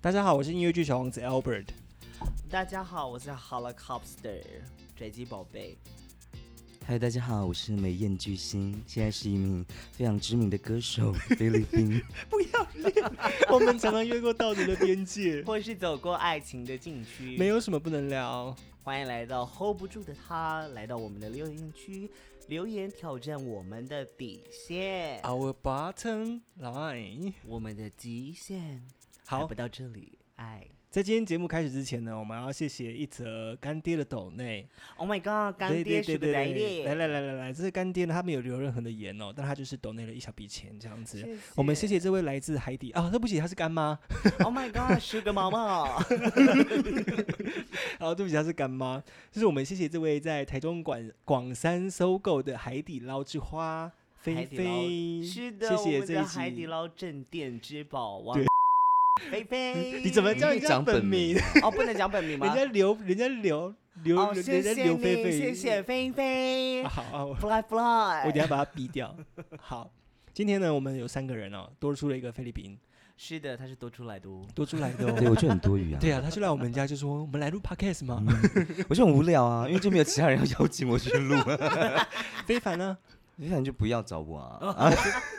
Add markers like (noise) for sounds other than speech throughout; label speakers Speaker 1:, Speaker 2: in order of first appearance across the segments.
Speaker 1: 大家好，我是音乐剧小王子
Speaker 2: (laughs)
Speaker 1: Albert。
Speaker 2: 大家好，我是 Holocopster 追击宝贝。
Speaker 3: 嗨，大家好，我是美艳巨星，现在是一名非常知名的歌 (laughs) 手，菲律宾。
Speaker 1: 不要脸！我们常常越过道德的边
Speaker 2: (laughs)
Speaker 1: 界，
Speaker 2: 或是走过爱情的禁区，
Speaker 1: 没有什么不能聊。
Speaker 2: 欢迎来到 Hold 不住的他，来到我们的留言区留言挑战我们的底线，
Speaker 1: Our bottom line。
Speaker 2: 我们的极限。
Speaker 1: 好
Speaker 2: 还不到这里，哎爱。
Speaker 1: 在今天节目开始之前呢，我们要谢谢一则干爹的抖内。
Speaker 2: Oh my god，干
Speaker 1: 对
Speaker 2: 爹
Speaker 1: 对
Speaker 2: 是
Speaker 1: 对
Speaker 2: 不
Speaker 1: 对
Speaker 2: 是来
Speaker 1: 对，来
Speaker 2: 电？
Speaker 1: 来来来来，这是干爹呢，他没有留任何的言哦，但他就是抖内了一小笔钱这样子。
Speaker 2: 谢谢
Speaker 1: 我们谢谢这位来自海底啊，对不起，他是干妈， (laughs)
Speaker 2: Oh my god，是个毛毛。
Speaker 1: 哦，对不起，他是干妈。就是我们谢谢这位在台中广广山收购的海底捞之花菲
Speaker 2: 海底捞
Speaker 1: 菲，
Speaker 2: 是的，
Speaker 1: 谢
Speaker 2: 我
Speaker 1: 谢
Speaker 2: 们
Speaker 1: 这一
Speaker 2: 的
Speaker 1: 集。
Speaker 2: 海底捞镇店之宝王
Speaker 1: 对
Speaker 2: 菲
Speaker 1: (laughs)
Speaker 2: 菲。
Speaker 1: 你怎么叫人家
Speaker 3: 讲本
Speaker 1: 本名？人
Speaker 2: 哦，不能讲嗯本名吗？
Speaker 1: 家刘， (laughs) 人家刘刘，
Speaker 2: 哦，谢
Speaker 1: 人家
Speaker 2: 谢
Speaker 1: 刘
Speaker 2: 你，
Speaker 1: 菲菲，
Speaker 2: 谢谢菲菲
Speaker 1: (laughs) 啊。好啊，我
Speaker 2: ，fly
Speaker 1: 我等
Speaker 2: fly。
Speaker 1: 下把他逼掉。 (laughs) 好，今天呢，我们有三个人哦，多出了一个菲律宾，
Speaker 2: 是的，他是多出来的哦。
Speaker 1: 多出来的
Speaker 2: (laughs)
Speaker 3: 对，
Speaker 1: 哦。
Speaker 3: 我就很多余啊。
Speaker 1: 对啊，他就来我们家就说我们来录 podcast 嘛。
Speaker 2: 嗯
Speaker 3: 我就很无聊啊，因为就没有其他人要邀请我去 (laughs) 录啊。
Speaker 1: 非凡呢？ (laughs)
Speaker 3: 你想就不要找我啊。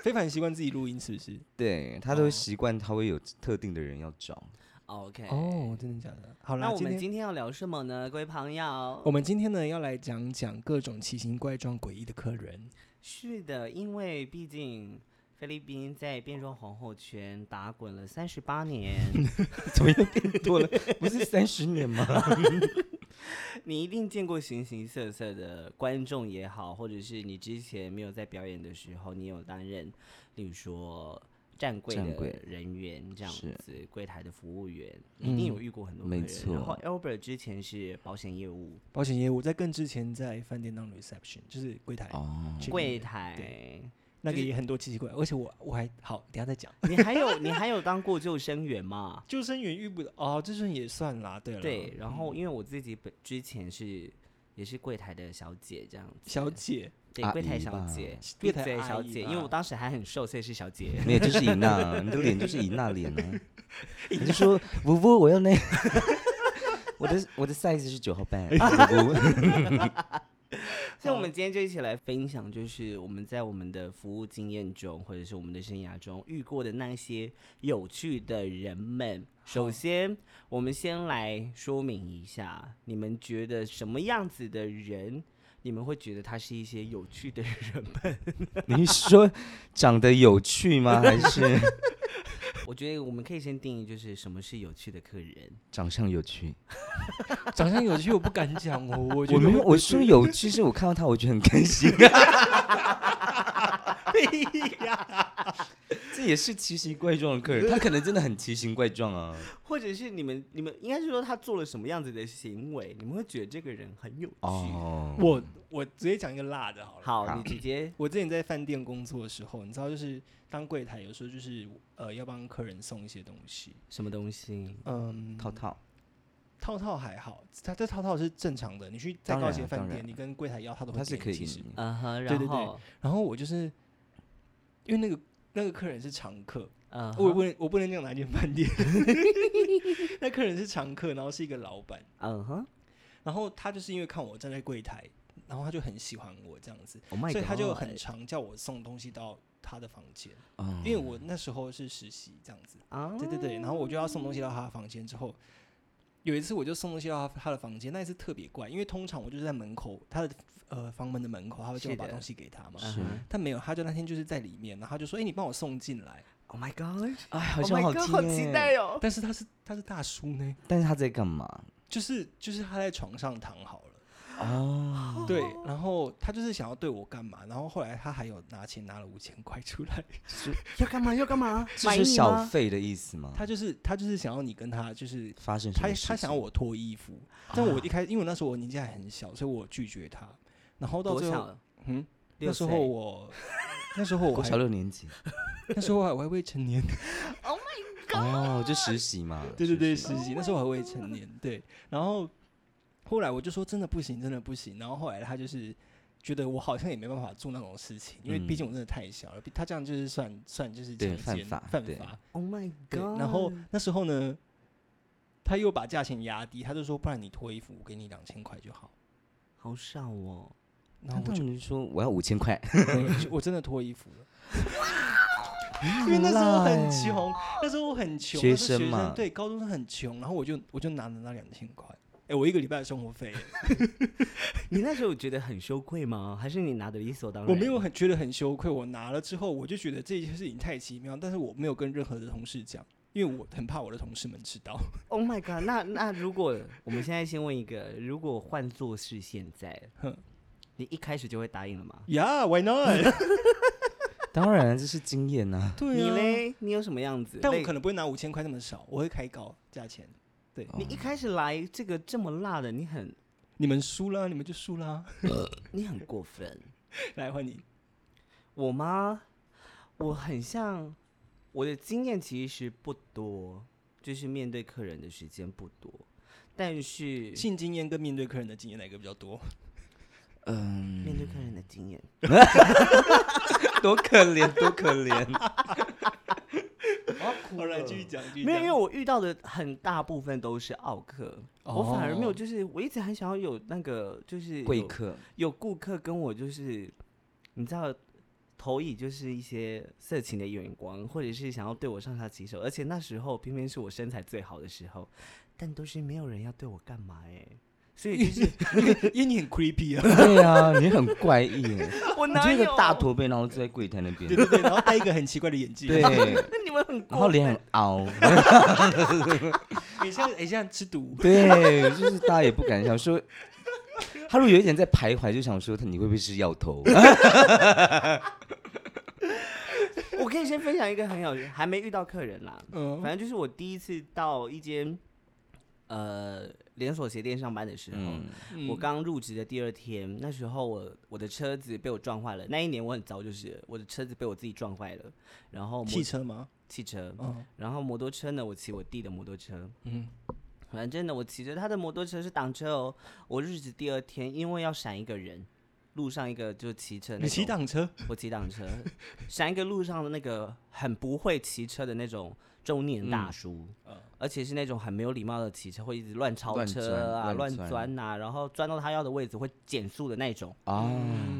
Speaker 1: 非凡习惯自己录音是不是？
Speaker 3: 对他都习惯，他会有特定的人要找。
Speaker 2: OK。
Speaker 1: 哦，真的假的？好啦，
Speaker 2: 哎那我们
Speaker 1: 天哦
Speaker 2: 今天要聊什么呢，各位朋
Speaker 1: 我
Speaker 2: 友？
Speaker 1: 们今天呢要来讲讲各种奇形怪状、诡异的客人。
Speaker 2: 是的，因为毕竟菲律宾在变装皇后圈打滚了三十八年，
Speaker 3: (laughs) 怎么又变多了？ (laughs) 不是三十年吗？
Speaker 2: 你一定见过形形色色的观众也好，或者是你之前没有在表演的时候，你有担任，例如说站柜
Speaker 3: 站柜
Speaker 2: 的人员这样
Speaker 3: 是
Speaker 2: 子，柜台的服务员，一定有遇过很多客
Speaker 1: 嗯
Speaker 3: 没
Speaker 2: 人。然后
Speaker 3: 错
Speaker 2: Albert 之前是保险业务，
Speaker 1: 保险业务在更之前在饭店当 reception，就是柜台，
Speaker 3: (laughs) 哦，
Speaker 1: (laughs) 去
Speaker 2: 嗯柜
Speaker 1: 那个
Speaker 2: 台，
Speaker 1: 那个
Speaker 2: 就是
Speaker 1: 也很多奇奇怪，怪，而且我我还好，等一下再讲。
Speaker 2: 你还有你还有当过救生员吗？
Speaker 1: 救生员遇不到哦，救生员也算啦， (laughs) 对了，啊
Speaker 2: 对，然后因为我自己本之前是也是柜台的小姐这样子，
Speaker 1: 小姐，
Speaker 2: 对
Speaker 3: 阿
Speaker 2: 柜台
Speaker 3: 姨
Speaker 2: 小
Speaker 3: 吧
Speaker 2: 姐，
Speaker 1: 柜
Speaker 2: 闭
Speaker 1: 台
Speaker 2: 嘴
Speaker 1: 阿
Speaker 2: 小
Speaker 1: 姨
Speaker 2: 姐，
Speaker 1: 吧
Speaker 2: 因为我当时还很瘦，所以是小姐。
Speaker 3: 没有，就是尹娜，你的脸就是尹娜脸 (laughs) 啊。你就说不不，我要那， (laughs) 我的我的 size 是九号 (laughs) 半，不不，
Speaker 2: 所以，我们今天就一起来分享，就是我们在我们的服务经验中，或者是我们的生涯中遇过的那些有趣的人们。首先，我们先来说明一下，你们觉得什么样子的人，你们会觉得他是一些有趣的人 (laughs) 们？
Speaker 3: 你是说 (laughs) 长得有趣吗？还是 (laughs)
Speaker 2: 我觉得我们可以先定义，就是什么是有趣的客人。
Speaker 3: 长相有趣？
Speaker 1: 长相有趣，我不敢讲哦，
Speaker 3: (laughs)
Speaker 1: 我觉
Speaker 3: 我
Speaker 1: 得
Speaker 3: 没有，我说
Speaker 1: (laughs)
Speaker 3: 有趣是我看到他，我觉得很开心 (laughs) 啊。
Speaker 1: 哎
Speaker 3: 这也是奇形怪状的客人，他可能真的很奇形怪
Speaker 1: (laughs)
Speaker 3: 状啊。
Speaker 2: 或者是你们，你们应该是说他做了什么样子的行为，你们会觉得这个人很有趣。
Speaker 3: 哦，
Speaker 1: 我我直接讲一个辣的好了。
Speaker 2: 好，
Speaker 3: 好
Speaker 2: 你直接
Speaker 1: 我之前在饭店工作的时候，你知道，就是当柜台有时候就是呃要帮客人送一些东西，
Speaker 2: 什么东西？
Speaker 1: 嗯，
Speaker 3: 套套
Speaker 1: 套套还好，它这套套是正常的。你去再
Speaker 3: 当
Speaker 1: 高
Speaker 3: 然
Speaker 1: 级的
Speaker 3: 啊
Speaker 1: 饭
Speaker 3: 当
Speaker 1: 店，
Speaker 3: 然
Speaker 1: 你跟柜台要，他都会
Speaker 3: 他是
Speaker 1: 给
Speaker 3: 可
Speaker 1: 你
Speaker 3: 以
Speaker 1: 其
Speaker 3: 给
Speaker 1: 实
Speaker 3: 你的，
Speaker 2: (laughs) 嗯哼，
Speaker 1: 对
Speaker 2: 然
Speaker 1: 对对
Speaker 2: 后，
Speaker 1: 然后我就是因为那个那个客人是常客，
Speaker 3: 啊
Speaker 2: 嗯
Speaker 1: 我也
Speaker 2: 哼，
Speaker 1: 不能我不能讲哪间饭店， (laughs) 那客人是常客，然后是一个老板，
Speaker 2: 嗯哼
Speaker 1: 然后他就是因为看我站在柜台，然后他就很喜欢我这样子，
Speaker 2: ，Oh my
Speaker 1: 所以他就很
Speaker 2: God
Speaker 1: 常叫我送东西到他的房间，
Speaker 3: 哦
Speaker 1: 因为我那时候是实习这样子。
Speaker 2: 啊，
Speaker 1: 对对对，然后我就要送东西到他的房间之后，有一次我就送东西到他他的房间，那一次特别怪，因为通常我就是在门口，他的呃房门的门口，他会叫我
Speaker 2: 是
Speaker 1: 把
Speaker 2: 的
Speaker 1: 东西给他嘛。
Speaker 2: 嗯
Speaker 3: 是
Speaker 2: 哼
Speaker 1: 但没有，他就那天就是在里面，然后他就说：“哎、你帮我送进来。
Speaker 2: ，Oh my God，
Speaker 3: 哎，好
Speaker 2: Oh
Speaker 3: 像
Speaker 2: my
Speaker 3: 好
Speaker 2: God，
Speaker 3: 听
Speaker 2: 好
Speaker 3: 耶
Speaker 1: 哎
Speaker 2: 期待哦。
Speaker 1: 但是他是他是大叔呢，
Speaker 3: 但是他在干嘛？
Speaker 1: 就是就是他在床上躺好了，
Speaker 3: 哦，
Speaker 1: 对，然后他就是想要对我干嘛，然后后来他还有拿钱拿了五千块出
Speaker 2: (laughs)
Speaker 1: 来，
Speaker 2: 要干嘛？要干嘛？
Speaker 3: 这
Speaker 2: 买
Speaker 3: 是
Speaker 2: 你
Speaker 3: 小
Speaker 2: 吗？
Speaker 3: 费的意思吗？
Speaker 1: 他就是他就是想要你跟他就是
Speaker 3: 发生什
Speaker 1: 他
Speaker 3: 么事
Speaker 1: 他想要
Speaker 3: 情
Speaker 1: 我脱衣服，
Speaker 2: 啊
Speaker 1: 但我一开因为我那时候我年纪还很小，所以我拒绝他，然后到
Speaker 2: 多
Speaker 1: 最后
Speaker 2: 小？
Speaker 1: 嗯，
Speaker 2: 六
Speaker 1: 那时候
Speaker 2: 岁，Oh
Speaker 1: 我，那时候
Speaker 2: (laughs)
Speaker 1: 我
Speaker 3: 国
Speaker 1: 还
Speaker 3: 小，六年
Speaker 1: (laughs)
Speaker 3: 级
Speaker 1: 那时候我还我还未成年，
Speaker 3: 哦，就实习嘛。
Speaker 1: (laughs) 对对对，
Speaker 3: 实
Speaker 1: 实习，那时候我还未成年，对。然后后来我就说真的不行，真的不行。然后后来他就是觉得我好像也没办法做那种事情，因为毕
Speaker 3: 嗯
Speaker 1: 竟我真的太小了，他这样就是算算就是
Speaker 3: 对
Speaker 1: 强
Speaker 3: 犯
Speaker 1: 奸
Speaker 3: 法
Speaker 1: 犯
Speaker 3: 对
Speaker 1: 法。
Speaker 2: ，Oh my
Speaker 1: 对，
Speaker 2: God，
Speaker 1: 然后那时候呢，他又把价钱压低，他就说不然你脱衣服，我给你两千块就好。
Speaker 2: 好
Speaker 1: (laughs)
Speaker 2: 少哦。
Speaker 1: 然
Speaker 3: 那
Speaker 1: 后我
Speaker 3: 当
Speaker 1: 就
Speaker 3: 然说我要五千
Speaker 1: (laughs)
Speaker 3: 块，
Speaker 1: 我我真的脱衣服了。 (laughs) 因为那时候很穷，那时候我很穷，
Speaker 3: 学
Speaker 1: 那时候
Speaker 3: 生
Speaker 1: 学
Speaker 3: 嘛
Speaker 1: 生对高中生很穷，然后我就我就拿了那两千块，哎，我一个礼拜的生活费，
Speaker 2: 你那时候觉得很羞愧吗？还是你拿的理所当然？
Speaker 1: 我没有很觉得很羞愧，我拿了之后，我就觉得这件事情太奇妙，但是我没有跟任何的同事讲，因为我很怕我的同事们知
Speaker 2: (laughs)
Speaker 1: 道。
Speaker 2: Oh my god！那那如果我们现在先问一个，如果换作是现在
Speaker 1: 哼，
Speaker 2: 你一开始就会答应了吗？
Speaker 1: Yeah, why
Speaker 2: (laughs)
Speaker 1: not？
Speaker 3: 当然这是经
Speaker 1: (laughs)
Speaker 3: 验呐、
Speaker 1: 对
Speaker 2: 你
Speaker 1: 啊，
Speaker 2: 嘞，你有什么样子？
Speaker 1: 但我
Speaker 2: 类
Speaker 1: 可能不会拿五千块那么少，我会开高价钱。
Speaker 2: 你一开始来这个这么辣的，你很
Speaker 1: 你们输了，你们就输了，
Speaker 2: 你很过分。
Speaker 1: (laughs) 来换你。
Speaker 2: 我吗？我很像我的经验其实不多，就是面对客人的时间不多，但是
Speaker 1: 性经验跟面对客人的经验哪个比较多？
Speaker 3: 嗯，
Speaker 2: 面对客人的经验，
Speaker 3: 多可怜，多可
Speaker 1: 哎
Speaker 3: 怜。
Speaker 1: (laughs) 好来继续讲，继续
Speaker 2: 啊没
Speaker 1: 讲。
Speaker 2: 有，因为我遇到的很大部分都是奥客，我反而没有，
Speaker 1: 哦
Speaker 2: 就是我一直很想要有那个，就是
Speaker 3: 贵
Speaker 2: 有
Speaker 3: 客， (laughs)
Speaker 2: 有顾客跟我就是，你知道，投以就是一些色情的眼光，或者是想要对我上下其手，而且那时候偏偏是我身材最好的时候，但都是没有人要对我干嘛哎、所以就是
Speaker 3: (laughs)
Speaker 1: 因为你很 creepy 啊，
Speaker 3: 对啊，你很怪异耶，
Speaker 2: 我
Speaker 3: 你
Speaker 2: 哪
Speaker 3: 就一
Speaker 2: 有
Speaker 3: 个大？
Speaker 2: (laughs)
Speaker 3: 驼背，然后坐在柜台那边
Speaker 1: 对，对对，然后戴一个很奇怪的眼镜，
Speaker 3: 对，，
Speaker 2: 你们很
Speaker 3: 然后
Speaker 2: 过
Speaker 3: 脸很凹，
Speaker 1: 很像很像吃毒。
Speaker 3: 对，就是大家也不敢想说。他如果有一点在徘徊，就想说他你会不会是要
Speaker 2: (laughs)
Speaker 3: 头？
Speaker 2: (laughs) 我可以先分享一个很有，还没遇到客人啦，
Speaker 1: 嗯
Speaker 2: 反正就是我第一次到一间呃连锁鞋店上班的时候，
Speaker 3: 嗯，
Speaker 2: 我刚入职的第二天，那时候我我的车子被我撞坏了。那一年我很糟，就是我的车子被我自己撞坏了，然后摩
Speaker 1: 汽车吗？
Speaker 2: 汽车，
Speaker 1: 嗯
Speaker 2: 然后摩托车呢，我骑我弟的摩托车。
Speaker 1: 嗯，
Speaker 2: 反正呢，我骑着他的摩托车是挡车哦。我入职第二天，因为要闪一个人，路上一个就骑车的那
Speaker 1: 你骑
Speaker 2: 种，
Speaker 1: 挡车？
Speaker 2: 我骑挡车，闪一个路上的那个很不会骑车的那种中年
Speaker 3: 嗯
Speaker 2: 大叔。
Speaker 1: 嗯
Speaker 2: 而且是那种很没有礼貌的骑车，会一直乱超
Speaker 3: 乱
Speaker 2: 车
Speaker 3: 钻
Speaker 2: 啊、
Speaker 3: 乱
Speaker 2: 乱
Speaker 3: 钻
Speaker 2: 钻呐、然后钻到他要的位置会减速的那种。
Speaker 3: 啊，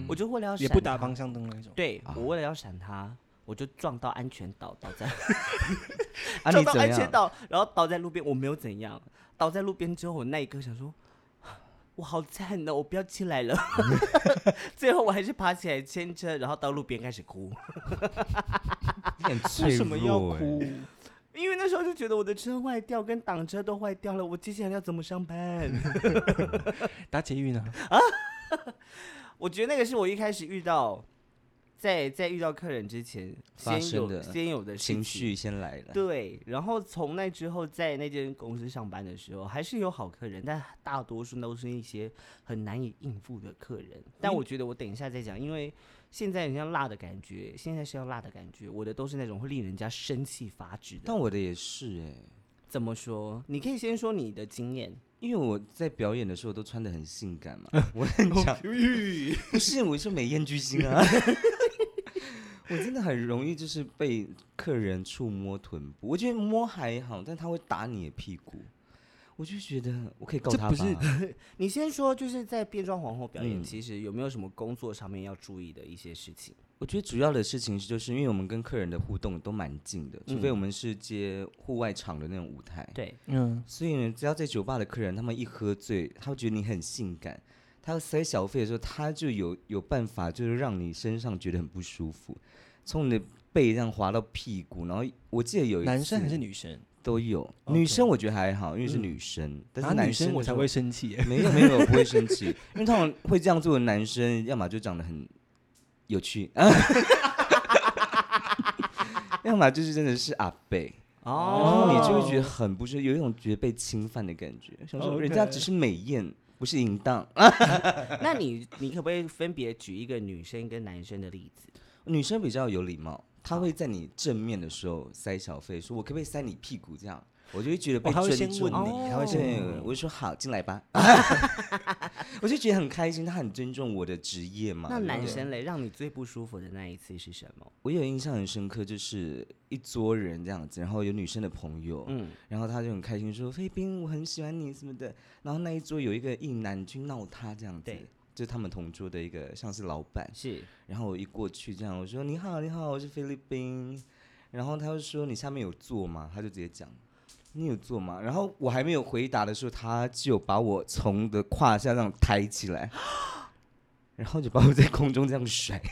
Speaker 2: 我就为了要
Speaker 1: 也
Speaker 2: 闪
Speaker 1: 不打
Speaker 2: 他
Speaker 1: 方向灯那种。
Speaker 2: 对我为了要闪他，我就撞到安全岛，倒
Speaker 3: (laughs)
Speaker 2: 在、
Speaker 3: 啊
Speaker 2: 撞
Speaker 3: 你
Speaker 2: 到
Speaker 3: 怎
Speaker 2: 安全
Speaker 3: 样？
Speaker 2: 岛，然后倒在路边，我没有怎样。倒在路边之后，我那一刻想说，我好惨哦的，我不要起来
Speaker 3: (laughs)
Speaker 2: 了。 (laughs) 最后我还是爬起来牵车，然后到路边开始哭，
Speaker 3: 你很
Speaker 1: 为
Speaker 3: 脆
Speaker 1: 什么要
Speaker 3: 弱哎。
Speaker 1: 哭？
Speaker 2: 因为那时候就觉得我的车坏掉，跟挡车都坏掉了，我接下来要怎么上班？ (laughs)
Speaker 1: 打捷运啊？
Speaker 2: 我觉得那个是我一开始遇到。在在遇到客人之前，
Speaker 3: 发
Speaker 2: 先
Speaker 3: 生
Speaker 2: 有
Speaker 3: 的
Speaker 2: 先有的事
Speaker 3: 情
Speaker 2: 情
Speaker 3: 绪先来了，
Speaker 2: 对，然后从那之后，在那间公司上班的时候，还是有好客人，但大多数都是一些很难以应付的客人。
Speaker 3: 嗯
Speaker 2: 但我觉得我等一下再讲，因为现在人家辣的感觉，现在是要辣的感觉，我的都是那种会令人家生气发指的。
Speaker 3: 但我的也是哎，
Speaker 2: 怎么说？你可以先说你的经验。
Speaker 3: 因为我在表演的时候都穿的很性
Speaker 1: (laughs)
Speaker 3: 感嘛，我很讲
Speaker 1: 哦
Speaker 3: (laughs) 不是，我是美艳巨星
Speaker 1: (laughs)
Speaker 3: 啊。 (laughs) 我真的很容易就是被客人触摸臀部，我觉得摸还好，但他会打你的屁股，我就觉得我可以告
Speaker 1: 这
Speaker 3: 他吧
Speaker 1: 不。是
Speaker 2: 你先说，就是在变装皇后表演，
Speaker 3: 嗯
Speaker 2: 其实有没有什么工作上面要注意的一些事情？
Speaker 3: 我觉得主要的事情是，就是因为我们跟客人的互动都蛮近的，除非我们是接户外场的那种舞台，
Speaker 2: 对，
Speaker 1: 嗯，
Speaker 3: 所以呢，只要在酒吧的客人，他们一喝醉，他会觉得你很性感，他要塞小费的时候，他就有有办法，就是让你身上觉得很不舒服，从你的背这样滑到屁股，然后我记得有一
Speaker 1: 男生
Speaker 3: 次
Speaker 1: 还是女生？
Speaker 3: 都有，
Speaker 1: OK
Speaker 3: 女生我觉得还好，因为是女生，但是
Speaker 1: 啊
Speaker 3: 男
Speaker 1: 女生
Speaker 3: 的
Speaker 1: 我才
Speaker 3: 时候
Speaker 1: 会生气
Speaker 3: (laughs)
Speaker 1: 耶。
Speaker 3: 没有没有我不会生气，因为通常会这样做的男生，要么就长得很有趣，要么就是真的是阿贝，然后
Speaker 2: 哦，
Speaker 3: 你
Speaker 2: (laughs)
Speaker 3: 就会觉得很不是有一种觉得被侵犯的感觉，想说
Speaker 1: 哦 OK
Speaker 3: 人家只是美艳，不是淫荡。
Speaker 2: 那你你可不可以分别举一个女生跟男生的例子？
Speaker 3: 我女生比较有礼貌，她会在你正面的时候塞小费，说我可不可以塞你屁股这样，我就会觉得被
Speaker 1: 哦，他会
Speaker 3: 尊
Speaker 1: 先
Speaker 3: 重
Speaker 1: 问
Speaker 3: 你。
Speaker 1: 你，他会先
Speaker 3: 对
Speaker 1: 问你，
Speaker 3: 我就说好，进
Speaker 1: (laughs)
Speaker 3: 来吧。我就觉得很开心，他很尊重我的职业嘛。
Speaker 2: 那
Speaker 3: 对不
Speaker 2: 男
Speaker 3: 对
Speaker 2: 生嘞，让你最不舒服的那一次是什么？
Speaker 3: 我有印象很深刻，就是一桌人这样子，然后有女生的朋友，
Speaker 2: 嗯，
Speaker 3: 然后他就很开心说：“菲宾，我很喜欢你什么的。”然后那一桌有一个硬男去闹他这样子
Speaker 2: 对，
Speaker 3: 就是他们同桌的一个像是老板。
Speaker 2: 是
Speaker 3: 然后我一过去这样，我说：“你好，你好，我是菲律宾。”然后他就说：“你下面有座吗？”他就直接讲：“你有座吗？”然后我还没有回答的时候，他就把我从的胯下这样抬起来， (gasps) 然后就把我在空中这样甩。
Speaker 2: (laughs)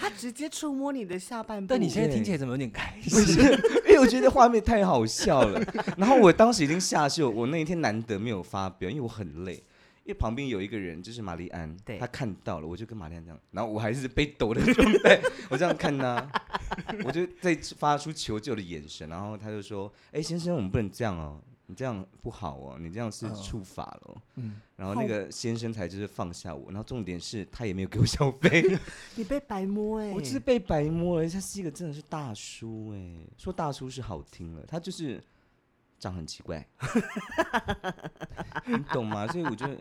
Speaker 2: 他直接触摸你的下半部。
Speaker 1: 但你现在
Speaker 3: 对
Speaker 1: 听起来怎么有点开
Speaker 3: 不
Speaker 1: 心？
Speaker 3: (laughs) 是，因哎为我觉得画面太好笑了。然后我当时已经下秀，我那一天难得没有发表，因为我很累。因为旁边有一个人，就是玛丽安
Speaker 2: 对，
Speaker 3: 她看到了，我就跟玛丽安这样，然后我还是被抖的状态， (laughs) 我这样看她，我就在发出求救的眼神，然后她就说：“哎、先生，我们不能这样哦，你这样不好哦，你这样是
Speaker 1: 哦
Speaker 3: 触法了哦。
Speaker 1: 嗯，
Speaker 3: 然后那个先生才就是放下我，然后重点是他也没有给我消费，
Speaker 2: 你被白摸哎、
Speaker 3: 我就是被白摸了，他是一个真的是大叔哎、说大叔是好听了，他就是长很奇怪， (laughs) 你懂吗？所以我觉得，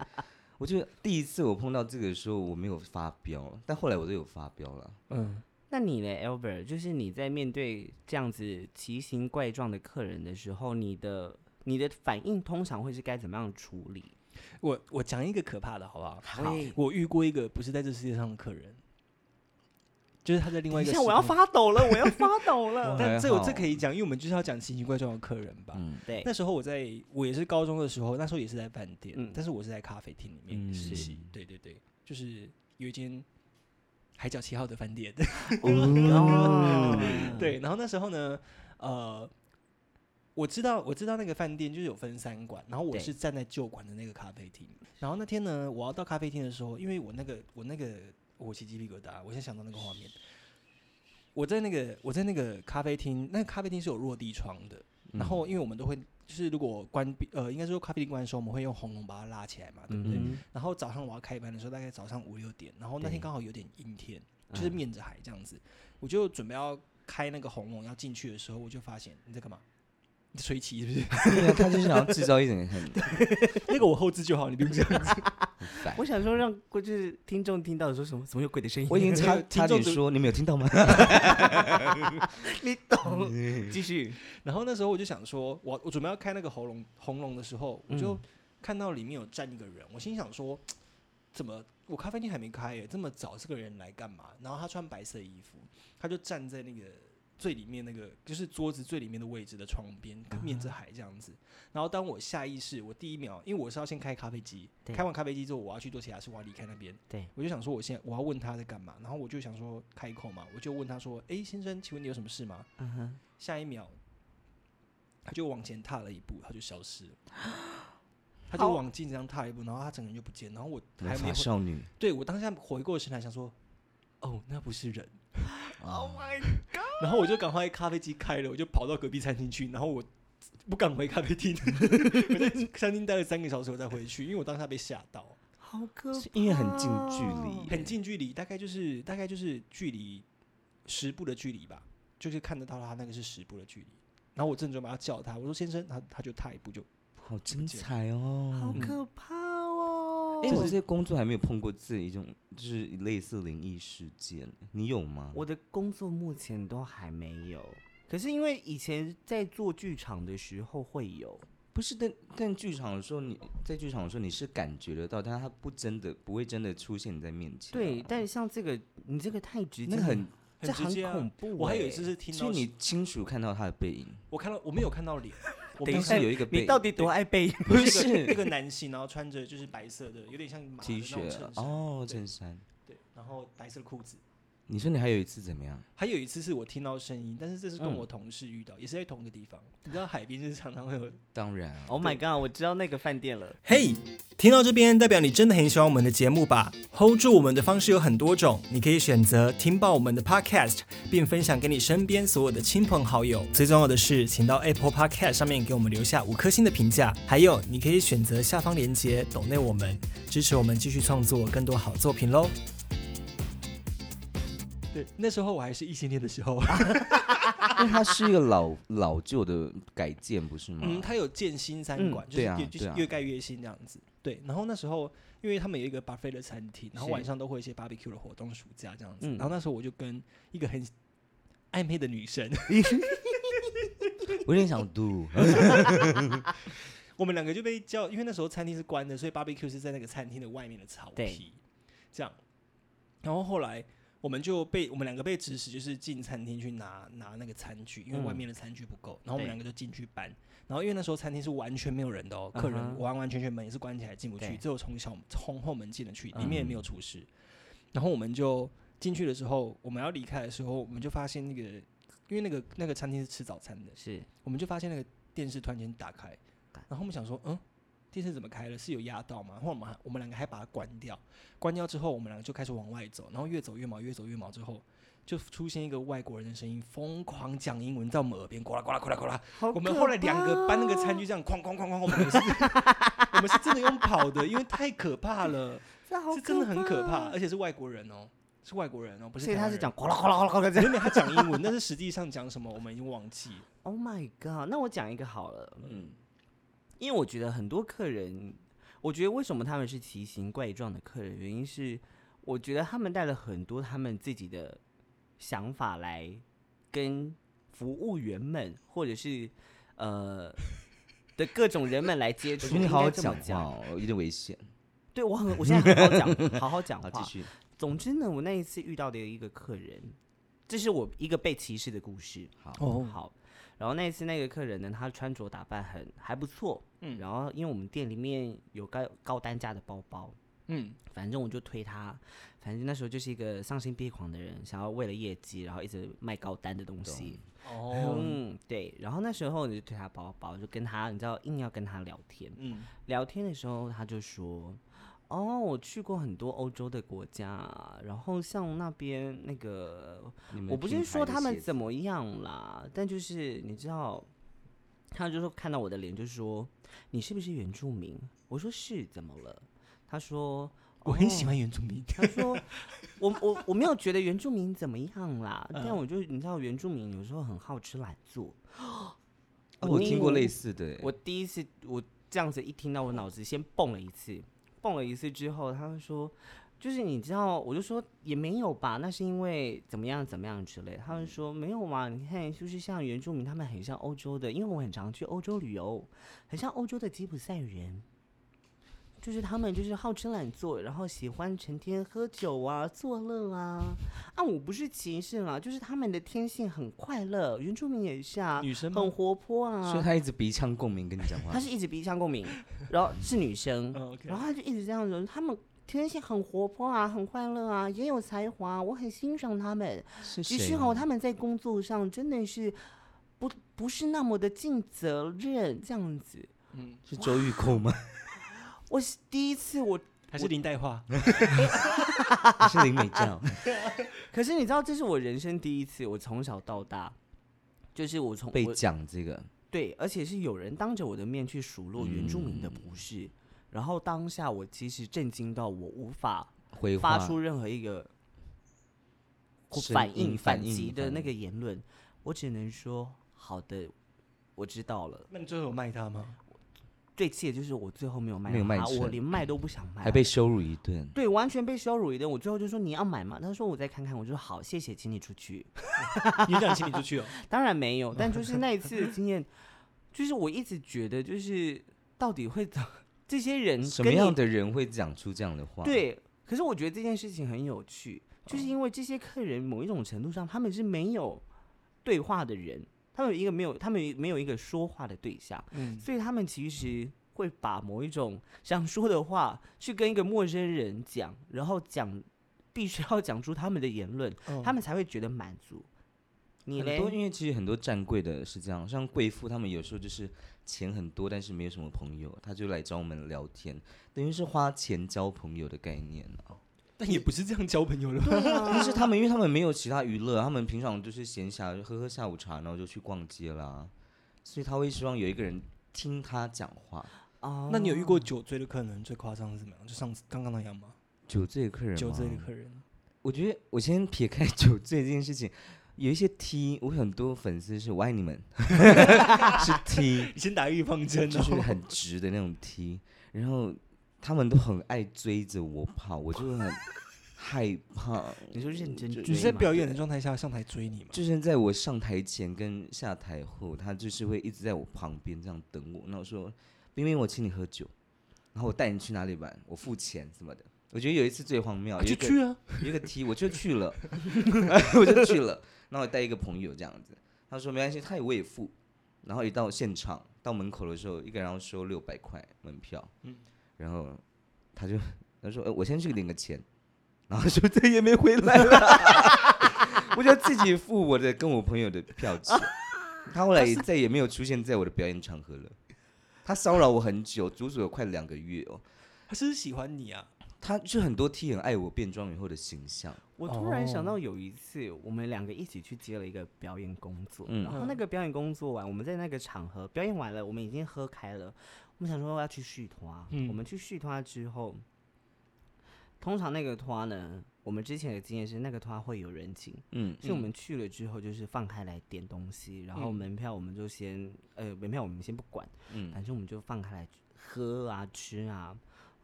Speaker 3: 我觉得第一次我碰到这个的时候，我没有发飙，但后来我都有发飙了。
Speaker 1: 嗯，
Speaker 2: 那你呢，Albert？就是你在面对这样子奇形怪状的客人的时候，你的你的反应通常会是该怎么样处理？
Speaker 1: 我我讲一个可怕的好不好？
Speaker 2: 好
Speaker 1: 我遇过一个不是在这世界上的客人，就是他在另外一个。
Speaker 2: 等一下我要，发抖了，我要发抖了。
Speaker 1: 但这 (laughs)
Speaker 3: 还
Speaker 1: 我
Speaker 3: 好
Speaker 1: 这可以讲，因为我们就是要讲奇形怪状的客人吧。
Speaker 3: 嗯，
Speaker 2: 对，
Speaker 1: 那时候我在我也是高中的时候，那时候也是在饭店，
Speaker 2: 嗯
Speaker 1: 但是我是在咖啡厅里面
Speaker 3: 嗯
Speaker 1: 实习。
Speaker 3: 是
Speaker 1: 对对对，就是有一间海角七号的饭店。
Speaker 2: 哦，
Speaker 1: (laughs)
Speaker 2: (laughs)
Speaker 1: 对，然后那时候呢，呃，我知道我知道那个饭店就是有分三馆，然后我
Speaker 2: 对
Speaker 1: 是站在旧馆的那个咖啡厅。然后那天呢，我要到咖啡厅的时候，因为我那个我那个我起鸡皮疙瘩，我现在想到那个画面。我在那个我在那个咖啡厅，那个咖啡厅是有落地窗的，
Speaker 2: 嗯
Speaker 1: 然后因为我们都会就是如果关闭呃，应该说咖啡厅关的时候，我们会用红龙把它拉起来嘛，对不对？
Speaker 2: 嗯，
Speaker 1: 然后早上我要开班的时候，大概早上五六点，然后那
Speaker 2: 对嗯
Speaker 1: 天刚好有点阴天，就是面着海这样子，我就准备要开那个红龙要进去的时候，我就发现你在干嘛？你在吹气是不
Speaker 2: (laughs)
Speaker 1: 是？
Speaker 3: 对啊，他就是想要制造一
Speaker 1: (laughs)
Speaker 3: 点很
Speaker 1: 那个我后置就好，你不用这样
Speaker 2: (laughs)
Speaker 1: 子。
Speaker 3: 很烦。
Speaker 2: 我想说让就是听众听到的说什么怎么有鬼的声音，
Speaker 3: 我已经差
Speaker 1: 听
Speaker 3: 差点
Speaker 1: 众都
Speaker 3: 说，你们有听到吗？
Speaker 2: (laughs) 你懂，继续。
Speaker 1: 然后那时候我就想说，我我准备要开那个喉龙红龙的时候，我就
Speaker 2: 嗯
Speaker 1: 看到里面有站一个人，我心想说，怎么我咖啡厅还没开耶，这么早这个人来干嘛？然后他穿白色衣服，他就站在那个最里面那个就是桌子最里面的位置的窗边，
Speaker 2: 嗯
Speaker 1: 面着海这样子。然后当我下意识，我第一秒，因为我是要先开咖啡机，
Speaker 2: 对
Speaker 1: 开完咖啡机之后，我要去做其他事，我要离开那边。
Speaker 2: 对，
Speaker 1: 我就想说，我现在我要问他在干嘛，然后我就想说开口嘛，我就问他说，诶，先生，请问你有什么事吗？
Speaker 2: 嗯哼，
Speaker 1: 下一秒，他就往前踏了一步，他就消
Speaker 2: (gasps)
Speaker 1: 失了。他就
Speaker 2: 好
Speaker 1: 往进这样踏一步，然后他整个人就不见，然后我还没
Speaker 3: 魔法
Speaker 1: 回，
Speaker 3: 少女，
Speaker 1: 对我当下回过神来想说，哦，那不是人，
Speaker 2: (laughs) Oh my，
Speaker 1: (laughs) 然后我就赶快咖啡机开了，我就跑到隔壁餐厅去，然后我不敢回咖啡厅， (laughs) 我在餐厅待了三个小时，我才回去，因为我当下被吓到，
Speaker 2: 好可怕哦，
Speaker 3: 因为很近距
Speaker 2: 嗯
Speaker 3: 离
Speaker 1: 很近距离，大概就是大概就是距离十步的距离吧，就是看得到他那个是十步的距离，然后我正准备要叫他，我说先生，他他就踏一步就
Speaker 3: 好精彩哦！
Speaker 2: 好
Speaker 1: 嗯
Speaker 2: 可怕哦！
Speaker 3: 哎、我这工作还没有碰过这一种，就是类似灵异事件，你有吗？
Speaker 2: 我的工作目前都还没有，可是因为以前在做剧场的时候会有，
Speaker 3: 不是，但但剧场的时候你，在剧场的时候你是感觉得到，但它不真的不会真的出现在面前、啊
Speaker 2: 对，，但像这个你这个太直接
Speaker 3: 那
Speaker 2: 了，
Speaker 3: 很，
Speaker 2: 这
Speaker 1: 很直接啊
Speaker 2: 恐怖欸、
Speaker 1: 我还有一次是听
Speaker 3: 所
Speaker 1: 到
Speaker 3: 以
Speaker 1: 是，
Speaker 3: 你清楚看到他的背影，
Speaker 1: 我看到我没有看到
Speaker 2: (laughs)
Speaker 1: 脸，我
Speaker 3: 等
Speaker 1: 没
Speaker 3: 于
Speaker 1: 有
Speaker 3: 是
Speaker 1: 看
Speaker 3: 有一个背
Speaker 2: 你
Speaker 3: 影
Speaker 2: 到底多爱 (laughs) 背？
Speaker 1: 不
Speaker 3: 是
Speaker 1: 一个男性，然后穿着就是白色的，有点像马的那
Speaker 3: T
Speaker 1: 种
Speaker 3: 恤
Speaker 1: 衬衫，
Speaker 3: 哦，
Speaker 1: 对
Speaker 3: 衬衫。
Speaker 1: 对，然后白色的裤子。
Speaker 3: 你说你还有一次怎么样？
Speaker 1: 还有一次是我听到声音，但是这是跟
Speaker 2: 嗯
Speaker 1: 我同事遇到，也是在同一个地方。你知道海边就是常常会有
Speaker 3: 当然啊
Speaker 2: Oh my god！我知道那个饭店了。
Speaker 1: 嘿听到这边，代表你真的很喜欢我们的节目吧？Hold 住我们的方式有很多种，你可以选择听爆我们的 Podcast，并分享给你身边所有的亲朋好友。最重要的是，请到 Apple Podcast 上面给我们留下五颗星的评价。还有，你可以选择下方链接抖内我们，支持我们继续创作更多好作品喽。对，那时候我还是异性恋的时候，
Speaker 3: 因为它是一个老 (laughs) 老旧的改建，不是吗？
Speaker 1: 嗯，它有建新餐馆，
Speaker 2: 嗯
Speaker 1: 就是
Speaker 3: 对
Speaker 1: 越、
Speaker 3: 啊
Speaker 1: 就
Speaker 3: 对
Speaker 1: 是
Speaker 3: 啊
Speaker 1: 越盖越新这样子。对，然后那时候因为他们有一个 buffet 的餐厅，然后
Speaker 2: 是
Speaker 1: 晚上都会有一些 barbecue 的活动，暑假这样子。
Speaker 2: 嗯
Speaker 1: 然后那时候我就跟一个很暧昧的女生，
Speaker 3: 我有点想
Speaker 2: (laughs)
Speaker 3: 嘟，
Speaker 1: 我们两个就被叫，因为那时候餐厅是关的，所以 barbecue 是在那个餐厅的外面的草
Speaker 2: 对
Speaker 1: 皮，这样。然后后来我们就被我们两个被指使，就是进餐厅去拿拿那个餐具，因为
Speaker 2: 嗯
Speaker 1: 外面的餐具不够。然后我们
Speaker 2: 对
Speaker 1: 两个就进去搬。然后因为那时候餐厅是完全没有人的哦，
Speaker 2: 嗯哼
Speaker 1: 客人完完全全门也是关起来进不去，
Speaker 2: 对
Speaker 1: 只有从小从后门进得去，里
Speaker 3: 嗯
Speaker 1: 面也没有厨师。然后我们就进去的时候，我们要离开的时候，我们就发现那个，因为那个那个餐厅是吃早餐的，
Speaker 2: 是
Speaker 1: 我们就发现那个电视突然间打开，然后我们想说，嗯，电视怎么开了？是有压到吗？然后我们还我们两个还把它关掉，关掉之后，我们两个就开始往外走，然后越走越毛，越走越毛之后，就出现一个外国人的声音，疯狂讲英文，在我们耳边呱啦呱啦呱啦呱啦。
Speaker 2: 好
Speaker 1: 我们
Speaker 2: 可
Speaker 1: 后来两个搬那个
Speaker 2: 怕
Speaker 1: 餐具，这样哐哐哐哐，我们两个是，我们是真的用跑的，因为太可怕了，
Speaker 2: 这 (laughs) 好
Speaker 1: 是真的很可怕，
Speaker 2: 怕
Speaker 1: 而且是外国人哦，是外国人哦，不是
Speaker 2: 所以
Speaker 1: 台
Speaker 2: 他
Speaker 1: 湾
Speaker 2: 是
Speaker 1: 人
Speaker 2: 讲哗啦哗啦哗啦哗啦这
Speaker 1: 没
Speaker 2: 样。
Speaker 1: 有没有他讲英文，但是实际上讲什么我们已经忘记了。
Speaker 2: Oh my god！那我讲一个好了，
Speaker 3: 嗯，
Speaker 2: 因为我觉得很多客人，我觉得为什么他们是奇形怪状的客人，原因是我觉得他们带了很多他们自己的想法来跟服务员们或者是 (laughs) 呃的各种人们来接
Speaker 3: 我
Speaker 2: 触。
Speaker 3: 觉得你好好
Speaker 2: 应该这么
Speaker 3: 讲话哦，有点危险。
Speaker 2: 对我很，我现在好好 (laughs) 讲，好好讲
Speaker 3: 好，
Speaker 2: 话。
Speaker 3: 继续。
Speaker 2: 总之呢，我那一次遇到的一个客人，这是我一个被歧视的故事。
Speaker 3: 好，
Speaker 1: 哦
Speaker 2: 好，然后那一次那个客人呢，他穿着打扮很还不错，嗯，然后因为我们店里面有高高单价的包包，
Speaker 1: 嗯，
Speaker 2: 反正我就推他，反正那时候就是一个丧心病狂的人，想要为了业绩，然后一直卖高单的东西，
Speaker 1: 哦，
Speaker 2: 嗯，对。然后那时候你就推他包包，就跟他，你知道硬要跟他聊天，
Speaker 1: 嗯，
Speaker 2: 聊天的时候，他就说：“哦，我去过很多欧洲的国家，啊然后像那边那个，
Speaker 3: 你们
Speaker 2: 我不是
Speaker 3: 品牌
Speaker 2: 说
Speaker 3: 的
Speaker 2: 他们
Speaker 3: 鞋
Speaker 2: 怎
Speaker 3: 子
Speaker 2: 么样啦，但就是你知道，他就说看到我的脸就说你是不是原住民？我说是，怎么了？他说
Speaker 1: 我很喜
Speaker 2: 欢。
Speaker 1: 欢原住民。
Speaker 2: 他说：“我我我没有觉得原住民怎么样啦，但我就你知道原住民有时候很好吃懒做。
Speaker 3: 哦，我听过
Speaker 2: 嗯
Speaker 3: 类似的欸，
Speaker 2: 我第一次我这样子一听到，我脑子先蹦了一次，蹦了一次之后，他就说，就是你知道，我就说也没有吧，那是因为怎么样怎么样之类，他
Speaker 1: 嗯
Speaker 2: 们说没有嘛，你看就是像原住民，他们很像欧洲的，因为我很常去欧洲旅游，很像欧洲的吉普赛人。就是他们就是好吃懒做，然后喜欢成天喝酒啊、作乐啊。啊，我不是歧视啦，就是他们的天性很快乐，原住民也是啊，
Speaker 1: 女生吗
Speaker 2: 很活泼啊。
Speaker 3: 所以他一直鼻腔共鸣跟你讲话
Speaker 2: 她。是一直鼻腔共鸣， (laughs) 然后是女生，
Speaker 1: 嗯，OK
Speaker 2: 然后她就一直这样子，她们天性很活泼啊，很快乐啊，也有才华，我很欣赏她们。
Speaker 3: 是
Speaker 2: 只
Speaker 3: 谁
Speaker 2: 是
Speaker 3: 啊
Speaker 2: 哦，他们在工作上真的是不不是那么的尽责任这样子。
Speaker 1: 嗯，
Speaker 3: 是周玉蔻吗？ (laughs)
Speaker 2: 我是第一次我，
Speaker 1: 还是林黛化。
Speaker 3: 还是
Speaker 2: (laughs)
Speaker 3: 林美娇？
Speaker 2: 可是你知道，这是我人生第一次，我从小到大。就是我从
Speaker 3: 被
Speaker 2: 我
Speaker 3: 讲这个，
Speaker 2: 对，而且是有人当着我的面去数落原住民的
Speaker 3: 嗯
Speaker 2: 不是，然后当下我其实震惊到我无法
Speaker 3: 回
Speaker 2: 发
Speaker 3: 话
Speaker 2: 出任何一个或
Speaker 3: 声
Speaker 2: 反
Speaker 3: 音
Speaker 2: 应、
Speaker 3: 反
Speaker 2: 反
Speaker 3: 应
Speaker 2: 击的
Speaker 3: 反
Speaker 2: 那
Speaker 3: 应
Speaker 2: 个言论，我只能说好的，我知道了。
Speaker 1: (laughs) 那你最后有卖他 (laughs) 吗？
Speaker 2: 最气的就是我最后没有卖
Speaker 3: 没有卖
Speaker 2: 他，我
Speaker 3: 成
Speaker 2: 连卖都不想卖，
Speaker 3: 还被羞辱一顿。
Speaker 2: 对完全被羞辱一顿。我最后就说你要买吗？他说我再看看。我就说好，谢谢，请你出去。
Speaker 1: 你想请你出去哦。
Speaker 2: 当然没有，但就是那一次的经验， (laughs) 就是我一直觉得就是到底会怎这些人
Speaker 3: 什
Speaker 2: 嗯
Speaker 3: 么
Speaker 2: 跟你
Speaker 3: 样的人会讲出这样的话？，
Speaker 2: 对，可是我觉得这件事情很有趣，
Speaker 1: 嗯
Speaker 2: 就是因为这些客人某一种程度上他们是没有对话的人，他们有一个没有，他们有没有一个说话的对象，
Speaker 1: (laughs) 嗯，
Speaker 2: 所以他们其实会把某一种想说的话去跟一个陌生人讲，然后讲必须要讲出他们的言论，
Speaker 1: 哦
Speaker 2: 他们才会觉得满足。你
Speaker 3: 很多
Speaker 1: (laughs)
Speaker 2: 嘞？
Speaker 3: 因为其实很多站柜的是这样，像贵妇他们有时候就是钱很多，但是没有什么朋友，他就来找我们聊天，等于是花钱交朋友的概念啊。
Speaker 1: 但也不是这样交朋友的。
Speaker 3: 但是他们因为他们没有其他娱乐，他们平常就是闲暇就喝喝下午茶，然后就去逛街啦，所以他会希望有一个人听他讲话。
Speaker 2: 哦
Speaker 1: 那你有遇过酒醉的客人最夸张是怎么样？就上次刚刚那样吗？啊
Speaker 3: 酒醉的客人吗，
Speaker 1: 酒醉的客人， (laughs)
Speaker 3: 我觉得我先撇开 (laughs) 酒醉这件事情，有一些 T，我很多粉丝是我爱你们，是 T，
Speaker 1: 你先打预防 (laughs) 针
Speaker 3: 就
Speaker 1: 哦
Speaker 3: 是。很直的那种 T，然后他们都很爱追着我跑，我就很害怕。
Speaker 2: 你说认真追
Speaker 1: 嗯你是在
Speaker 2: 吗
Speaker 1: 表演的状态下上台追你吗？
Speaker 3: 就是在我上台前跟下台后，他就是会一直在我旁边这样等我。那我说：“冰冰，我请你喝酒，然后我带你去哪里玩，我付钱什么的。”我觉得有一次最荒谬，
Speaker 1: 啊
Speaker 3: 有一
Speaker 1: 就
Speaker 3: 个
Speaker 1: 去啊，
Speaker 3: 有一个 T，我就去了， (laughs) 我就去了。然后我带一个朋友这样子，他说没关系，他也我也付。然后一到现场到门口的时候，一个人要收六百块门票，然后他就他说、呃、我先去领个钱，然后说再也没回来了， (laughs) 我就自己付我的跟我朋友的票钱。他后来也再也没有出现在我的表演场合了。他骚扰我很久，足足有快两个月哦。
Speaker 1: 他是不是喜欢你啊？
Speaker 3: 他就很多 T 很爱我变装以后的形象，
Speaker 2: 我突然想
Speaker 1: 哦
Speaker 2: 到有一次，我们两个一起去接了一个表演工作，
Speaker 3: 嗯
Speaker 2: 然后那个表演工作完，我们在那个场合表演完了，我们已经喝开了，我们想说要去续团，啊
Speaker 1: 嗯
Speaker 2: 我们去续团之后，通常那个团呢，我们之前的经验是那个团会有人情，
Speaker 3: 嗯，
Speaker 2: 所以我们去了之后就是放开来点东西，然后
Speaker 1: 嗯
Speaker 2: 门票我们就先，呃，门票我们先不管，
Speaker 3: 嗯
Speaker 2: 反正我们就放开来喝啊吃啊。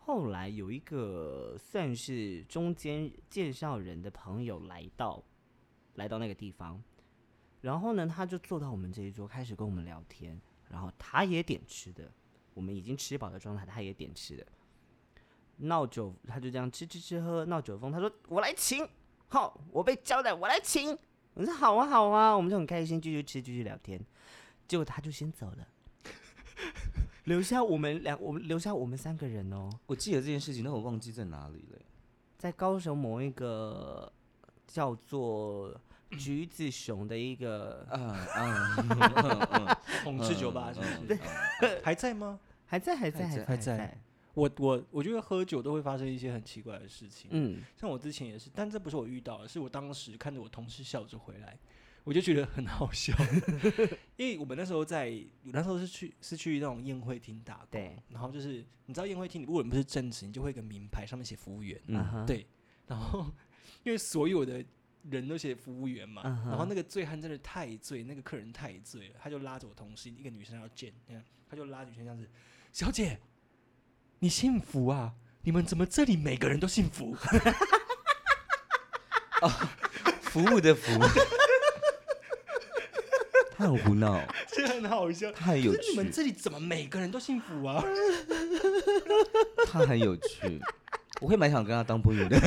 Speaker 2: 后来有一个算是中间介绍人的朋友来到，来到那个地方，然后呢，他就坐到我们这一桌，开始跟我们聊天，然后他也点吃的，我们已经吃饱的状态，他也点吃的。闹酒，他就这样吃吃吃喝，闹酒疯。他说：“我来请，好，我被交代，我来请。”我说：“好啊，好啊。”我们就很开心，继续吃，继续聊天。结果他就先走了，留下我们两，我们留下我们三个人哦，
Speaker 3: 我记得这件事情，但我忘记在哪里了。
Speaker 2: 在高雄某一个叫做橘子熊的一个，
Speaker 3: 啊啊！
Speaker 1: 统治酒吧是不是？
Speaker 3: 对，
Speaker 1: (laughs) 还在吗？
Speaker 2: 还在，还在，
Speaker 3: 还在
Speaker 2: 还
Speaker 1: 还在嗯我我我觉得喝酒都会发生一些很奇怪的事情，
Speaker 2: 嗯，
Speaker 1: 像我之前也是，但这不是我遇到的，是我当时看着我同事笑着回来，我就觉得很好笑， (laughs) 因为我们那时候在，我那时候是去是去那种宴会厅打工，
Speaker 2: 对，
Speaker 1: 然后就是你知道宴会厅，如果你不是正职，你就会有一个名牌上面写服务员，
Speaker 2: 啊
Speaker 3: 嗯，
Speaker 1: (laughs)
Speaker 2: 哈，
Speaker 1: 对，然后因为所有的人都写服务员嘛，
Speaker 2: 嗯哼
Speaker 1: 然后那个醉汉真的太醉，那个客人太醉了，他就拉着我同事一个女生要见，这样他就拉着女生这样子，小姐，你幸福啊？你们怎么这里每个人都幸福？
Speaker 3: 服务的服， (laughs) 他很胡闹，
Speaker 1: (laughs) 这很好笑。
Speaker 3: 他很有
Speaker 1: 可是你们
Speaker 3: 趣，
Speaker 1: 这里怎么每个人都幸福啊？
Speaker 3: 他很有趣，我会蛮想跟他当朋友
Speaker 2: (laughs)
Speaker 3: 的。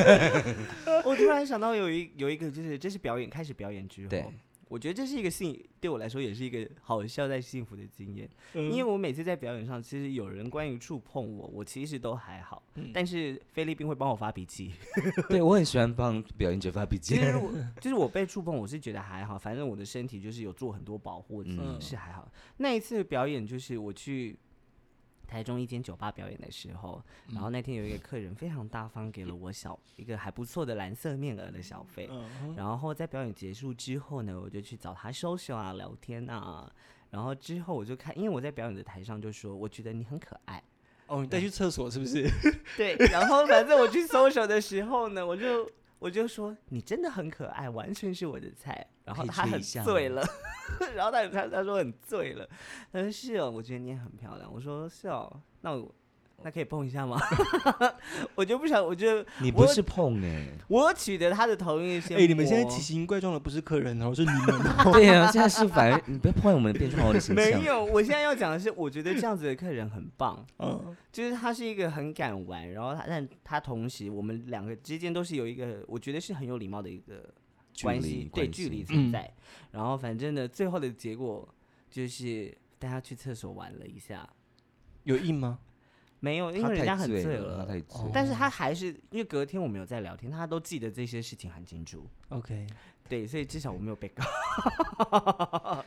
Speaker 2: 我突然想到有一有一个，就是这是表演开始表演之
Speaker 3: 对
Speaker 2: 后，我觉得这是一个幸，对我来说也是一个好笑但幸福的经验，因为
Speaker 1: 为
Speaker 2: 我每次在表演上，其实有人关于触碰我，我其实都还好，但是菲律宾会帮我发脾气。
Speaker 3: 对我很喜欢帮表演者发脾
Speaker 2: 其
Speaker 3: 气，
Speaker 2: 实我就是我被触碰，我是觉得还好，反正我的身体就是有做很多保护，
Speaker 1: 嗯
Speaker 2: 是还好。那一次表演就是我去。台中一间酒吧表演的时候，然后那天有一个客人非常大方，给了我小一个还不错的蓝色面额的小费，
Speaker 1: 嗯
Speaker 2: 然后在表演结束之后呢，我就去找他收拾啊、聊天啊。然后之后我就看，因为我在表演的台上就说，我觉得你很可
Speaker 1: (laughs)
Speaker 2: 爱。
Speaker 1: 哦，你带去厕所是不是？
Speaker 2: 对，然后反正我去搜手的时候呢，我就我就说你真的很可爱，完全是我的菜。然后
Speaker 3: 可以
Speaker 2: 他
Speaker 3: 吹一
Speaker 2: 很
Speaker 3: 下吗
Speaker 2: 醉了， (laughs) 然后他他他说很醉了，他说是哦，我觉得你也很漂亮。我说是哦，那我那可以碰一下吗？ (laughs) 我就不想，我就
Speaker 3: 你不是碰哎，
Speaker 2: 我取得他的同意
Speaker 1: (laughs)
Speaker 2: 先。
Speaker 1: 哎，你们现在奇形怪状的不是客人哦，是你们。
Speaker 3: 对啊，现在是反而你不要破坏我们的变装皇的形
Speaker 1: (laughs)
Speaker 3: 象
Speaker 2: 没。有，我现在要讲的是，我觉得这样子的客人很棒，
Speaker 1: 嗯，
Speaker 2: 就是他是一个很敢玩，然后他但他同时我们两个之间都是有一个，我觉得是很有礼貌的一个
Speaker 3: 距
Speaker 2: 关
Speaker 3: 离
Speaker 2: 系，对
Speaker 3: 关
Speaker 2: 距离
Speaker 3: 系
Speaker 2: 存在。然后反正呢，最后的结果就是带他去厕所玩了一下，
Speaker 1: (laughs) 有印吗？
Speaker 2: 没有，因
Speaker 3: 他
Speaker 2: 为人家
Speaker 3: 太
Speaker 2: 很
Speaker 3: 醉
Speaker 2: 醉
Speaker 3: 了，他
Speaker 2: 了。哦
Speaker 3: 太醉了。
Speaker 2: 但是他还是因为隔天我们有在聊天，他都记得这些事情很清楚，
Speaker 1: OK，
Speaker 2: 对，所以至少我没有被告。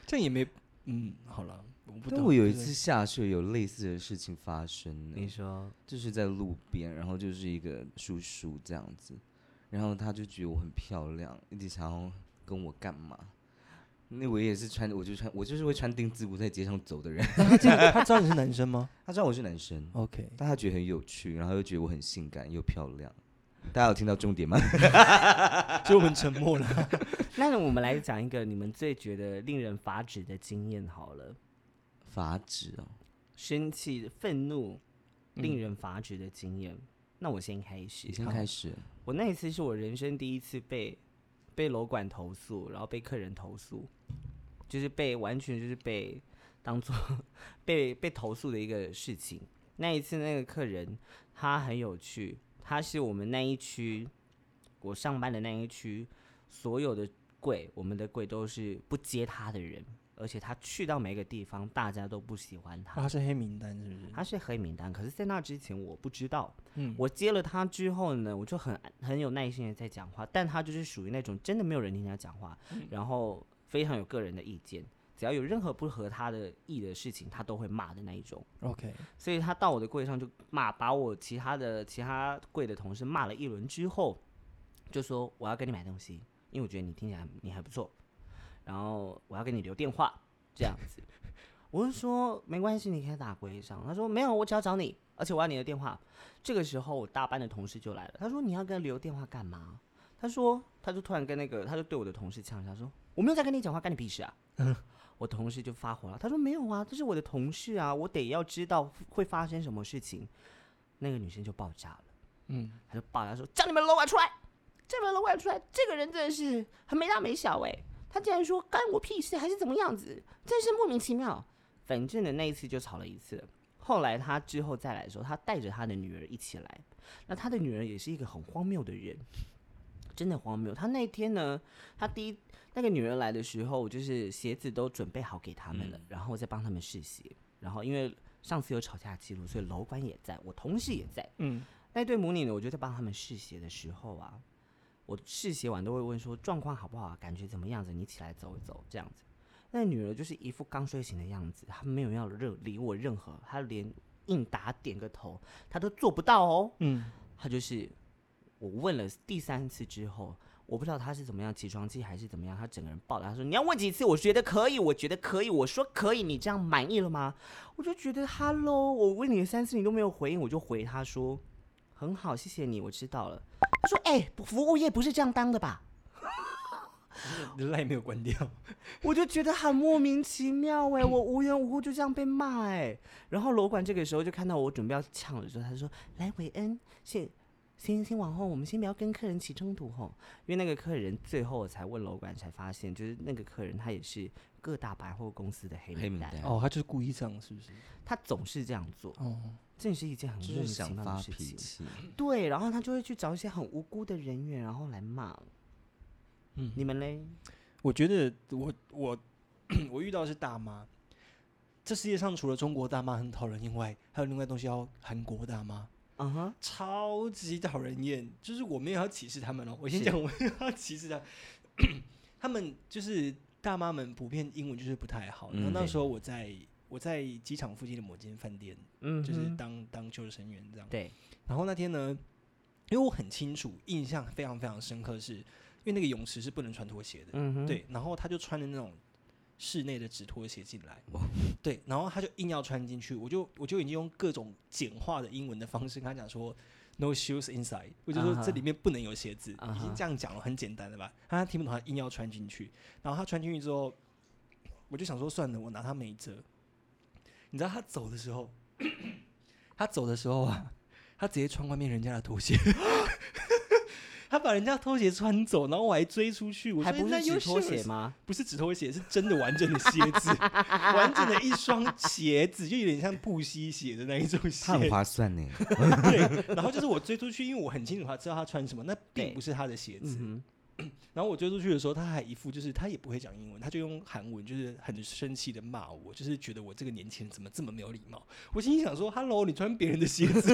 Speaker 1: 这样也没，嗯，好了，我不
Speaker 3: 但
Speaker 1: 懂。
Speaker 3: 我有一
Speaker 1: 对
Speaker 3: 次下雪，有类似的事情发生呢。
Speaker 2: 你说，
Speaker 3: 就是在路边，然后就是一个叔叔这样子，然后他就觉得我很漂亮，一直想要跟我干嘛。那我也是穿，我就穿，我就是会穿丁字裤在街上走的人。 (laughs)
Speaker 1: 那他知道他知道你是男生吗
Speaker 3: 他知道我是男生，
Speaker 1: ？OK，
Speaker 3: 但他觉得很有趣，然后又觉得我很性感又漂亮，大家有听到重点吗？ (laughs)
Speaker 1: 所以我们沉默 (laughs) 了。
Speaker 2: 那我们来讲一个你们最觉得令人发指的经验好了，
Speaker 3: 法旨哦，
Speaker 2: 生气、愤怒，令人发指的经验。那我先开始，
Speaker 3: 嗯你先开始。
Speaker 2: 我那一次是我人生第一次被被楼管投诉，然后被客人投诉，就是被完全就是被当做被被投诉的一个事情。那一次那个客人他很有趣，他是我们那一区我上班的那一区所有的柜，我们的柜都是不接他的人，而且他去到每个地方，大家都不喜欢他。
Speaker 1: 他是黑名单是不是？
Speaker 2: 他是黑名单，可是，在那之前我不知道。
Speaker 1: 嗯，
Speaker 2: 我接了他之后呢，我就很很有耐心的在讲话，但他就是属于那种真的没有人听他讲话，然后非常有个人的意见，只要有任何不合他的意的事情，他都会骂的那一种。
Speaker 1: OK，
Speaker 2: 所以他到我的柜上就骂，把我其他的其他柜的同事骂了一轮之后，就说我要跟你买东西，因为我觉得你听起来你还不错，然后我要跟你留电话这样子。我就说没关系，你可以打柜上。他说没有，我只要找你，而且我要你的电话。这个时候我大班的同事就来了，他说你要跟他留电话干嘛？他说他就突然跟那个他就对我的同事呛一下说我没有在跟你讲话，干你屁事啊！我同事就发火了，他说没有啊，这是我的同事啊，我得要知道会发生什么事情。那个女生就爆炸了，嗯，她就爆炸说叫你们楼管出来，叫你们楼管出来，这个人真的是很没大没小哎、他竟然说干我屁事还是怎么样子，真是莫名其妙。反正的那一次就吵了一次了后来他之后再来的时候，他带着他的女儿一起来，那他的女儿也是一个很荒谬的人，真的荒谬。他那天呢，他第一那个女儿来的时候，我就是鞋子都准备好给他们了，然后再帮他们试鞋。然后因为上次有吵架记录，所以楼管也在，我同事也在。
Speaker 1: 嗯，
Speaker 2: 那对母女呢，我就在帮他们试鞋的时候啊，我试鞋完都会问说状况好不好啊，感觉怎么样子？你起来走一走这样子。那女儿就是一副刚睡醒的样子，她没有要任理我任何，她连应答点个头她都做不到哦。
Speaker 1: 嗯，
Speaker 2: 她就是我问了第三次之后，我不知道她是怎么样起床气还是怎么样，她整个人爆了，她说你要问几次？我觉得可以，我觉得可以，我说可以，你这样满意了吗？我就觉得 hello，我问你三次你都没有回应，我就回她说很好，谢谢你，我知道了。她说哎、服务业不是这样当的吧？
Speaker 1: 赖没有关掉。
Speaker 2: 我就觉得很莫名其妙哎、我无缘无故就这样被骂哎、然后楼管这个时候就看到我准备要呛的时候，他说：“来，韦恩，先先先往后，我们先不要跟客人起冲突吼，因为那个客人最后我才问楼管，才发现就是那个客人他也是各大百货公司的黑
Speaker 3: 黑
Speaker 2: 名
Speaker 3: 名
Speaker 2: 单，
Speaker 3: 单
Speaker 1: 哦，他就是故意这样，是不是？
Speaker 2: 他总是这样做，
Speaker 1: 哦，
Speaker 2: 这也是一件很
Speaker 3: 就
Speaker 2: 莫名
Speaker 3: 是
Speaker 2: 其
Speaker 3: 想
Speaker 2: 妙
Speaker 3: 发
Speaker 2: 的事
Speaker 3: 脾
Speaker 2: 情。
Speaker 3: 气，
Speaker 2: 对，然后他就会去找一些很无辜的人员，然后来骂。嗯，你们嘞？
Speaker 1: 我觉得我我我遇到的是大妈。这世界上除了中国大妈很讨人厌外，还有另外东西叫韩国大妈，
Speaker 2: 嗯哼，
Speaker 1: 超级讨人厌。就是我没有要歧视他们哦，我先
Speaker 2: 是
Speaker 1: 讲我没有要歧视他们，他们就是大妈们普遍英文就是不太好。然后
Speaker 3: 嗯
Speaker 1: 那
Speaker 2: 对
Speaker 1: 时候我在我在机场附近的某间饭店，
Speaker 2: 嗯哼，
Speaker 1: 就是当当救生员这样。
Speaker 2: 对，
Speaker 1: 然后那天呢，因为我很清楚，印象非常非常深刻是，因为那个泳池是不能穿拖鞋的，
Speaker 2: 嗯哼，
Speaker 1: 对。然后他就穿着那种室内的直拖鞋进来
Speaker 3: 哇，
Speaker 1: 对。然后他就硬要穿进去，我就我就已经用各种简化的英文的方式跟他讲说。No shoes inside，我就说
Speaker 2: 啊哈
Speaker 1: 这里面不能有鞋子
Speaker 2: 啊哈
Speaker 1: 已经这样讲了，很简单了吧？他听不懂，他硬要穿进去。然后他穿进去之后，我就想说算了，我拿他没辙。你知道他走的时候， (clears throat) 他走的时候啊，他直接穿外面人家的拖鞋， (laughs) 他把人家拖鞋穿走，然后我还追出去，我说哎
Speaker 2: 还不
Speaker 1: 那
Speaker 2: 是只拖鞋
Speaker 1: Yoshio's-
Speaker 2: 吗？
Speaker 1: 不是纸拖鞋，是真的完整的鞋子， (laughs) 完整的一双鞋子，就有点像布鞋鞋的那一种鞋
Speaker 3: 他。很划算呢。
Speaker 1: 对， (laughs) 然后就是我追出去，因为我很清楚他知道他穿什么，那
Speaker 2: 对
Speaker 1: 并不是他的鞋子。
Speaker 2: 嗯
Speaker 1: (coughs) 然后我追出去的时候，他还一副就是他也不会讲英文，他就用韩文，就是很生气的骂我，就是觉得我这个年轻人怎么这么没有礼貌。我心里想说，Hello，你穿别人的鞋子，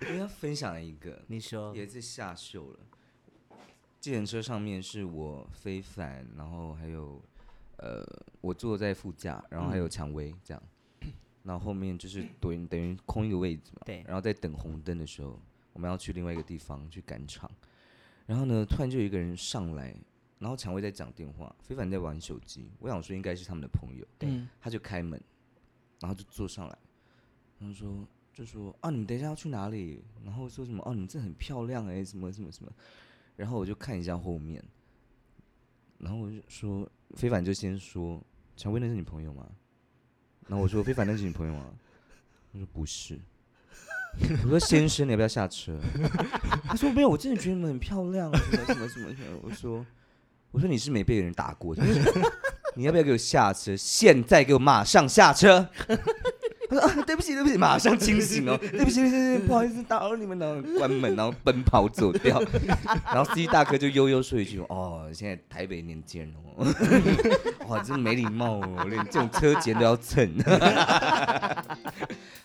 Speaker 3: 我要分享一个
Speaker 2: 哼，，你说
Speaker 3: 也是下秀了。计程车上面是我非凡，然后还有呃，我坐在副驾，然后还有
Speaker 2: 嗯
Speaker 3: 蔷薇这样，然后后面就是等于等于空一个位置嘛。
Speaker 2: 对，
Speaker 3: 然后在等红灯的时候，我们要去另外一个地方去赶场，然后呢，突然就有一个人上来，然后蔷薇在讲电话，非凡在玩手机，我想说应该是他们的朋友，
Speaker 1: (laughs) 嗯，
Speaker 3: 他就开门，然后就坐上来，他就说就就说啊，你们等一下要去哪里？然后说什么哦、啊，你们这很漂亮哎、什么什么什么。然后我就看一下后面，然后我就说，非凡就先说，蔷薇那是你朋友吗？然后我说，非凡那是你朋友吗？他说不是。我说先生，你要不要下车？他说没有，我真的觉得你们很漂亮，什么什么什么什么。我说我说你是没被人打过是不是，你要不要给我下车？现在给我马上下车！他说啊，对不起对不起，马上清醒哦，对不起对不起对不起，不好意思打扰你们，然后关门，然后奔跑走掉。然后司机大哥就悠悠说一句：“哦，现在台北年轻人哦，哇，真没礼貌哦，连这种车钱都要蹭，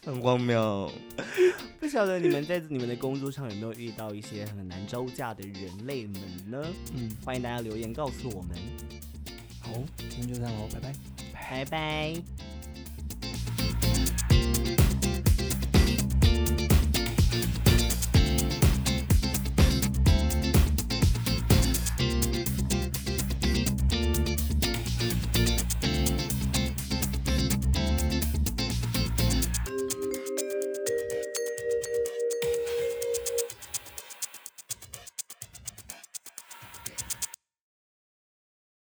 Speaker 3: 很荒谬。”
Speaker 2: 不晓得你们在你们的工作上有没有遇到一些很难招架的人类们呢？
Speaker 1: 嗯，
Speaker 2: 欢迎大家留言告诉我们，
Speaker 1: 好，今天就这样喽，拜拜。
Speaker 2: 拜拜。